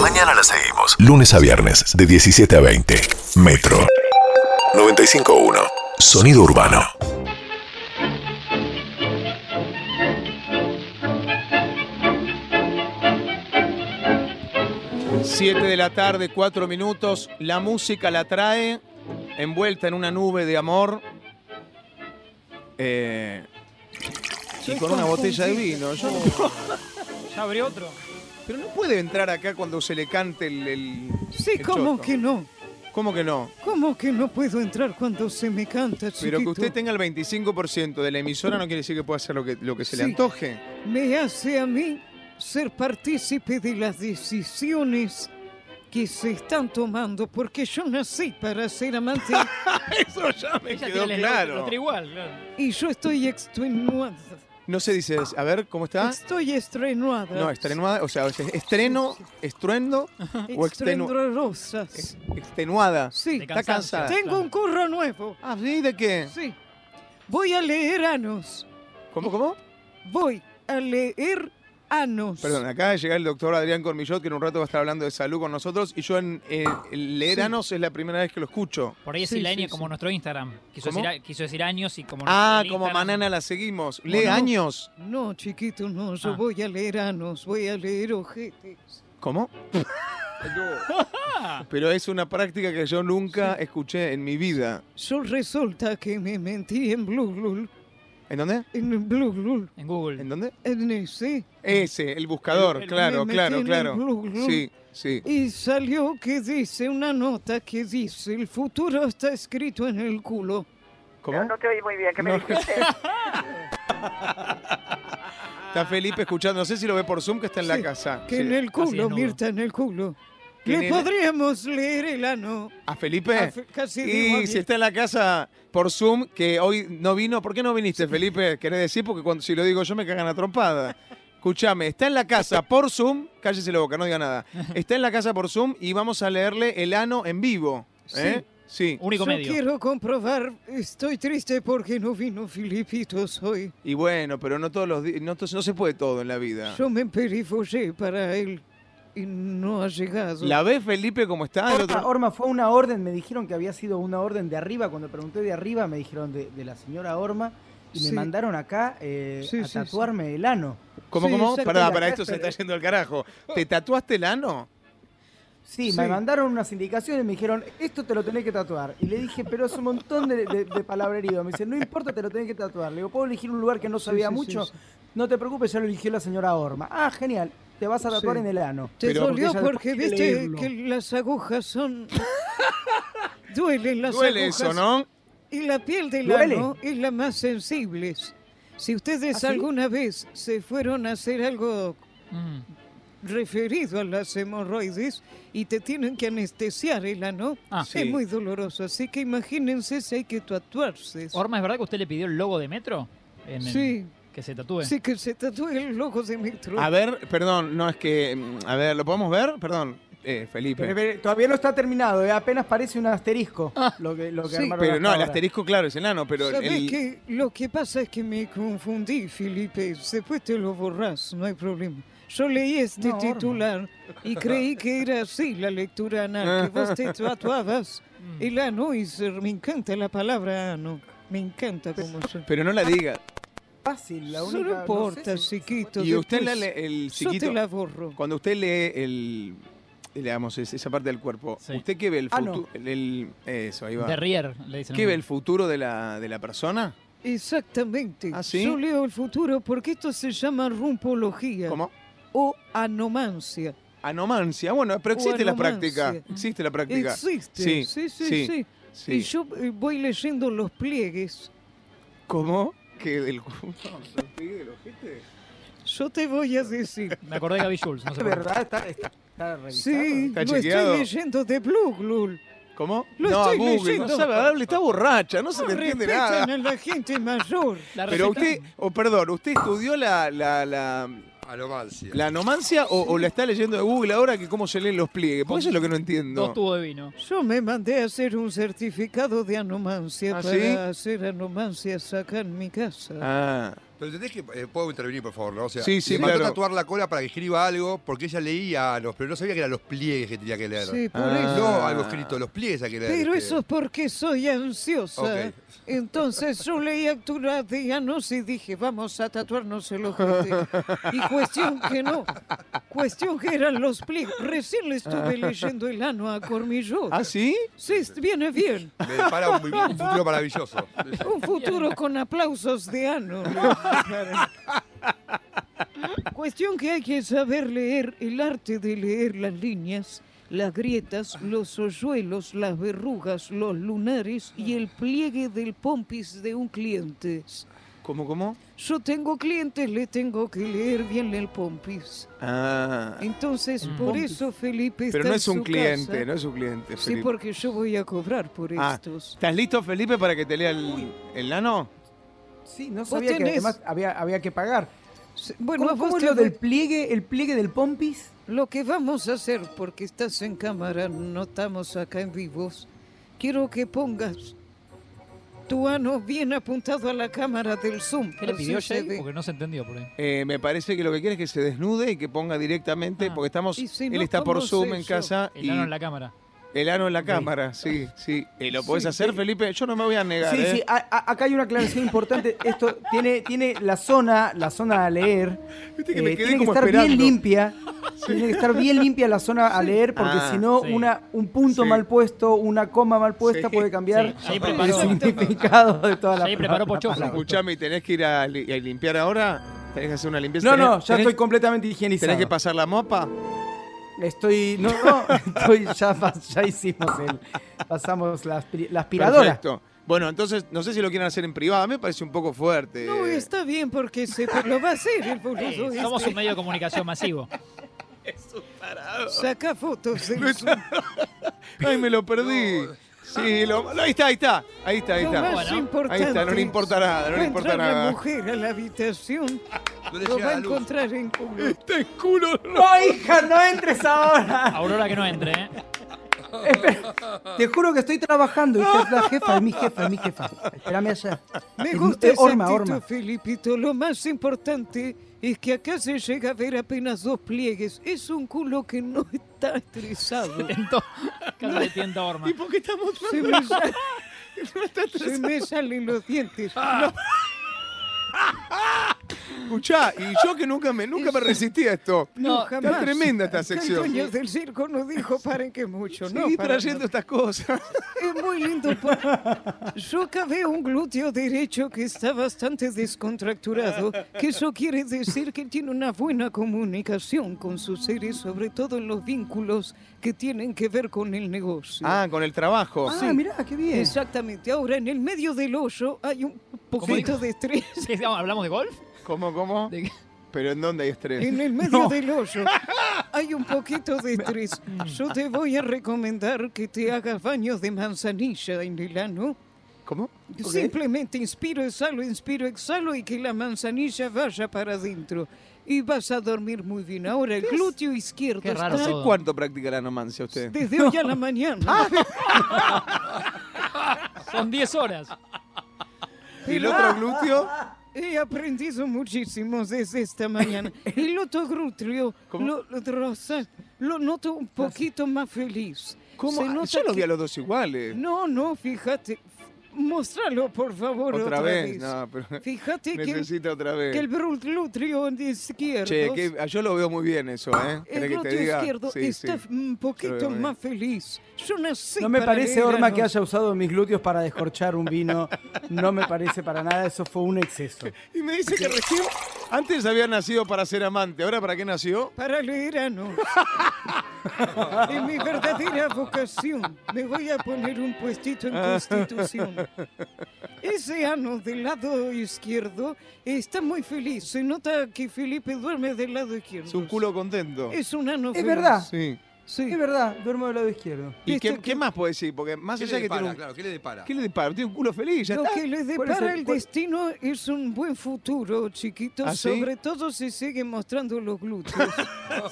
Mañana la seguimos. Lunes a viernes, de 17 a 20. Metro. 95.1. Sonido urbano. Siete de la tarde, cuatro minutos. La música la trae envuelta en una nube de amor. Eh, y con una botella de vino. Yo no- Ya abrió otro. pero no puede entrar acá cuando se le cante el. el- Sí, el ¿cómo choto. que no? ¿Cómo que no? ¿Cómo que no puedo entrar cuando se me canta, Pero que chiquito? usted tenga el 25% de la emisora no quiere decir que pueda hacer lo que, lo que se le Sí. antoje. Me hace a mí ser partícipe de las decisiones que se están tomando, porque yo nací para ser amante Eso ya me Ella quedó tiene el claro. otro igual, claro. y yo estoy extenuada. No se dice, a ver, ¿cómo está? Estoy estrenuada. No, estrenuada, o sea, es estreno, estruendo o extenu- Extendrorosas. extenuada. Sí. De Está cansancio. cansada. Tengo un curro nuevo. ¿Ah, sí? ¿De qué? Sí. Voy a leer anos. ¿Cómo, cómo? Voy a leer anos. Perdón, acaba de llegar el doctor Adrián Cormillot, que en un rato va a estar hablando de salud con nosotros, y yo en eh, el leer Sí. anos es la primera vez que lo escucho. Por ahí es Sí, Ilenia sí, como sí. nuestro Instagram. Quiso, ¿Cómo? Decir, a- quiso decir años y como Ah, nuestro como Instagram- Manana la seguimos. ¿Lee Bueno. años? No, chiquito, no. Yo Ah. voy a leer anos, voy a leer ojetes. ¿Cómo? Ah, Pero es una práctica que yo nunca escuché en mi vida. Yo resulta que me mentí en Blue Blue, ¿En dónde? en Blue Blue, en Google. ¿En dónde? en ese. Ese, el buscador, El- el- claro, me claro, metí en el claro. Blue Blue. Sí, sí. Y salió que dice una nota que dice, el futuro está escrito en el culo. ¿Cómo? No te oí muy bien, ¿qué me No. dijiste? Está Felipe escuchando, no sé si lo ve por Zoom, que está en la Sí, casa. Que Sí. en el culo, desnudo. Mirta, en el culo. Que en Le el- podríamos leer el ano. ¿A Felipe? A Fe- casi digo a Y si Mirta. está en la casa por Zoom, que hoy no vino, ¿por qué no viniste, Felipe? ¿Querés decir? Porque cuando, si lo digo yo me cagan a trompada. Escúchame, está en la casa por Zoom, cállese la boca, no diga nada. Está en la casa por Zoom y vamos a leerle el ano en vivo. ¿eh? Sí. Único Yo medio. quiero comprobar, estoy triste porque no vino Filipitos hoy. Y bueno, pero no todos los días, no, to- no se puede todo en la vida. Yo me emperifollé para él y no ha llegado. ¿La ves, Felipe, cómo está? El Orma, otro- Orma, fue una orden, me dijeron que había sido una orden de arriba. Cuando pregunté de arriba, me dijeron de, de la señora Orma y me Sí. mandaron acá eh, Sí, a sí, sí. tatuarme el ano. ¿Cómo, Sí, cómo? cerca Pará, de la para casa, esto se pero- está yendo al carajo. ¿Te tatuaste el ano? Sí, Sí. me mandaron unas indicaciones, me dijeron, esto te lo tenés que tatuar. Y le dije, pero es un montón de, de- de palabrerío. Me dice, no importa, te lo tenés que tatuar. Le digo, ¿puedo elegir un lugar que no sabía sí, sí, mucho? sí. No te preocupes, ya lo eligió la señora Orma. Ah, genial, te vas a tatuar Sí. en el ano. Te Pero- dolió Porque ella porque después viste quiere leerlo. que las agujas son... Duelen las Duele agujas. eso, ¿no? Y la piel del Duele. ano es la más sensible. Si ustedes ¿Ah, sí? alguna vez se fueron a hacer algo Mm. referido a las hemorroides y te tienen que anestesiar el ano, Ah. Sí. es muy doloroso. Así que imagínense si hay que tatuarse. Orma, ¿es verdad que usted le pidió el logo de Metro? En el- Sí, Que se tatúe. sí que se tatúe el logo de Metro. A ver, perdón, no es que. mm, A ver, ¿lo podemos ver? Perdón, eh, Felipe. Pero- pero todavía no está terminado, eh, apenas parece un asterisco lo que, lo que Ah. Sí, armaron Pero hasta no, el ahora. asterisco, claro, es enano, pero el, ¿Sabés que Lo que pasa es que me confundí, Felipe. Después te lo borrás, no hay problema. Yo leí este No, Orma. titular y creí que era así la lectura anal, que vos te tatuabas Mm. el ano y se- me encanta la palabra ano. Me encanta como se... pero no la diga. fácil, la Solo única, no sé importa, si- chiquito. Y usted la después lee, el Yo chiquito, te la borro. cuando usted lee el, digamos, es- esa parte del cuerpo, Sí. ¿usted qué ve el Ah, no. futuro? el, eso, ahí va. De Rier, le dicen. ¿Qué ve el futuro de la, de la persona? Exactamente. ¿Ah, sí? Yo leo el futuro porque esto se llama rumpología ¿Cómo? o anomancia. Anomancia. Bueno, pero O existe la anomancia. práctica. Existe la práctica. Existe. Sí, sí, sí. sí. sí. Sí. Y yo eh, voy leyendo los pliegues. ¿Cómo? ¿Que del culo se pegue el ojete? Yo te voy a decir. Me acordé de Gaby Jules. No sé De por qué. verdad, está, está, está revisado. Sí, ¿Está lo chequeado? estoy leyendo de Blue Glul. ¿Cómo? Lo no, estoy Google, no leyendo. sabe hablarle, está borracha, no se No le entiende respetan nada. a la gente mayor. La Pero receta- usted, o perdón, ¿usted estudió la, la, la, Anomancia. ¿La anomancia o, o la está leyendo de Google ahora que cómo se leen los pliegues? Porque eso es lo que no Dos entiendo. tubos de vino. Yo me mandé a hacer un certificado de anomancia ¿Ah, para sí? hacer anomancias acá en mi casa. Ah, Pero entendés que eh, puedo intervenir, por favor, ¿no? O sea, Sí, sí, le mandó claro. tatuar la cola para que escriba algo, porque ella leía los, pero no sabía que eran los pliegues que tenía que leer. Sí, por Ah. eso. No, algo escrito, los pliegues hay que leer. Pero este. eso es porque soy ansiosa. Ok. Entonces yo leía Actura de Anos y dije, vamos a tatuarnos el ojete. Y cuestión que no. Cuestión que eran los pliegos. Recién le estuve leyendo el ano a Cormillot. ¿Ah, sí? Sí, est- viene bien. Me depara un, un futuro maravilloso. Un futuro con aplausos de ano. Cuestión que hay que saber leer, el arte de leer las líneas, las grietas, los hoyuelos, las verrugas, los lunares y el pliegue del pompis de un cliente. ¿Cómo, cómo? Yo tengo clientes, le tengo que leer bien el pompis. Ah. Entonces, Mm. por Pompis. eso Felipe está Pero no en es un su cliente, casa. no es un cliente, Sí, Felipe. porque yo voy a cobrar por Ah. estos. ¿Estás listo, Felipe, para que te lea el, el nano? Sí, no sabía que tenés- además había, había que pagar. Sí, Bueno, Bueno, ¿Cómo, vos cómo es te lo voy- del pliegue, el pliegue del pompis? Lo que vamos a hacer, porque estás en cámara, no estamos acá en vivos, quiero que pongas tu ano bien apuntado a la cámara del Zoom. ¿Qué le así pidió se Jay? ve. Porque no se entendió por ahí. Eh, me parece que lo que quiere es que se desnude y que ponga directamente, Ah, porque estamos, y si él no, está por ¿cómo Zoom sé en yo? casa El y ano en la cámara. el ano en la cámara, sí, sí. Eh, ¿Lo podés Sí, hacer, sí. Felipe? Yo no me voy a negar, Sí, ¿eh? sí, a- a- acá hay una aclaración importante. Esto tiene, tiene la zona, la zona a leer. Viste que me quedé Eh, tiene que como estar bien esperando. limpia. Tiene que estar bien limpia la zona a leer, porque Ah, si no, sí. una- un punto Sí. mal puesto, una coma mal puesta Sí. puede cambiar Sí, Jay el preparó, significado de toda la Jay preparó palabra. pochofla. Escuchame, tenés que ir a, li- a limpiar ahora. Tenés que hacer una limpieza. No, tenés- no, ya tenés- estoy completamente higienizado. ¿Tenés que pasar la mopa? Estoy. No, no, estoy, ya, pas- ya hicimos el. Pasamos la, aspi- la aspiradora. Perfecto. Bueno, entonces, no sé si lo quieren hacer en privado. A mí me parece un poco fuerte. No, está bien porque se lo va a hacer el boludo. Eh, somos un medio de comunicación masivo. este. Saca fotos del Zoom. Ay, me lo perdí. Sí, lo- ahí está, ahí está. Ahí está, ahí Lo está. más Bueno. importante Ahí está, no le importa nada, no le va a importa entrar nada. la mujer a la habitación, No le lo llega va a la luz. encontrar en culo. Está en culo. ¡No, hija! ¡No entres ahora! Aurora que no entre, ¿eh? Te juro que estoy trabajando y es la jefa, es mi jefa, es mi jefa. Espérame allá. Me Es- eh, gusta es esa Orma, actitud, Orma. Felipito. Lo más importante es que acá se llega a ver apenas dos pliegues. Es un culo que no está estresado. Tentó. Casi le tienta Orma. ¿Y por qué estamos Se me, sa- se me salen los dientes. No, Escuchá, y yo que nunca me, nunca me resistí a esto. No, está tremenda esta sección. El dueño del circo nos dijo paren que mucho. no, Seguí para trayendo no. estas cosas. Es muy lindo. por- Yo acabé un glúteo derecho que está bastante descontracturado, que eso quiere decir que tiene una buena comunicación con sus seres, sobre todo en los vínculos que tienen que ver con el negocio. Ah, con el trabajo. Ah, Sí. mirá, qué bien. Exactamente. Ahora, en el medio del hoyo hay un poquito dijo? de estrés. ¿Qué digamos, ¿Hablamos de golf? ¿Cómo, cómo? ¿De qué? ¿Pero en dónde hay estrés? En el medio del hoyo hay un poquito de estrés. Yo te voy a recomendar que te hagas baños de manzanilla en el ano. ¿Cómo? Simplemente inspiro, exhalo, inspiro, exhalo y que la manzanilla vaya para adentro. Y vas a dormir muy bien. Ahora el glúteo izquierdo Qué raro está ¿Hace todo. cuánto practica la anomancia usted? desde hoy a la mañana. Ah. Son 10 horas. ¿Y el otro glúteo? He aprendido muchísimo desde esta mañana. El otro glúteo ¿Cómo? lo, lo rosa- lo noto un poquito más feliz. ¿Cómo? Se Ah, nota Yo los vi que- a los dos iguales. No, no, fíjate. Mostralo, por favor, otra, otra, vez. No, pero Fíjate que el, necesito otra vez. que el glúteo izquierdo... Che, que- ah, yo lo veo muy bien eso, ¿eh? ¿Querés El que te glúteo diga? izquierdo Sí, está sí. un poquito bien. más feliz. Yo nací No me para parece, leer Orma, ano. que haya usado mis glúteos para descorchar un vino. No me parece para nada, eso fue un exceso. Y me dice que recién... Antes había nacido para ser amante, ¿ahora para qué nació? Para leer ano. es mi verdadera vocación. Me voy a poner un puestito en Constitución. Ese ano del lado izquierdo está muy feliz. Se nota que Felipe duerme del lado izquierdo. Es un culo contento. Es un ano Es feliz. verdad. Sí. Sí. Es verdad, duermo del lado izquierdo. ¿Y Viste qué, que- qué más puedo decir? Porque más ¿Qué allá le que tiene depara? un... Claro, ¿qué le depara? ¿Qué le disparo? Tiene un culo feliz, ya Lo está. que les ¿Cuál depara es el- el cuál- destino es un buen futuro, chiquitos, ¿Ah, sí? sobre todo si siguen mostrando los glúteos.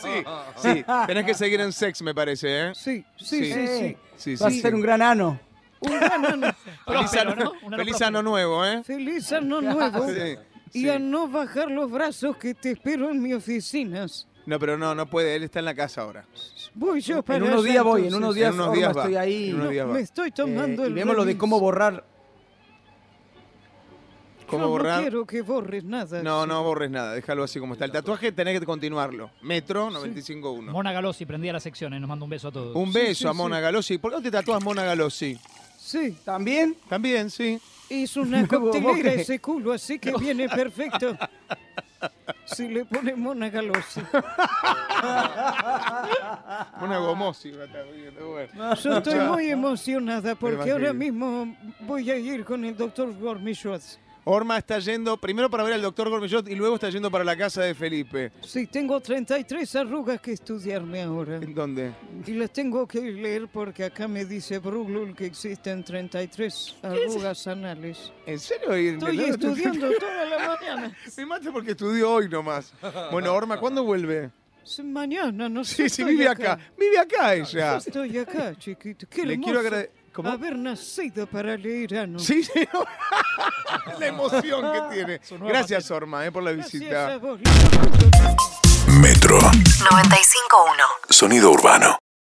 Sí, sí. Tenés que seguir en sex, me parece, ¿eh? Sí, sí, Sí. sí, sí. Eh, Sí, Va sí. a ser un gran ano. Un gran ano. Feliz Próspero, ano, ¿no? Un ano feliz próspero. ano nuevo, ¿eh? Feliz ano nuevo. Sí. y a no bajar los brazos que te espero en mi oficina. No, pero no, no puede. Él está en la casa ahora. Voy yo para En unos allá, días voy, en entonces. unos En días, unos Orma, días va. estoy ahí. En unos No, días va. me estoy tomando Eh, el y vemos lo de Rolins. cómo borrar. ¿Cómo Yo borrar? No quiero que borres nada. No, no borres nada, déjalo así como está. El tatuaje tenés que continuarlo. Metro 95.1. Mona Galossi prendía las secciones, nos manda un beso a todos. Un Sí, beso sí, a sí. Mona Galossi. ¿Por qué no te tatúas Mona Galossi? Sí, ¿También? También, sí. es una No, vos coctelera qué. ese culo, así que viene perfecto. Si le ponemos una galosa. Mona Ah. Gomosi. va a estar bien, está bueno. Yo estoy muy emocionada porque imagino. ahora mismo voy a ir con el doctor Gormichotz. Orma está yendo primero para ver al doctor Gorbillot y luego está yendo para la casa de Felipe. Sí, tengo 33 arrugas que estudiarme ahora. ¿En dónde? Y las tengo que leer porque acá me dice Bruglul que existen 33 arrugas anales. ¿En serio? ¿Y- Estoy no, no, estudiando toda la mañana. Me mata porque estudió hoy nomás. Bueno, Orma, ¿cuándo vuelve? Sí, Mañana, no sé. Sí, sí, estoy vive acá. Vive acá ella. Estoy acá, chiquito. Qué Le hermoso quiero agrade- ¿Cómo? haber nacido para leer ano. Sí, sí. la emoción que tiene. Gracias, Orma, eh, por la Gracias visita. a vos, lindo. Metro. 95.1. Sonido urbano.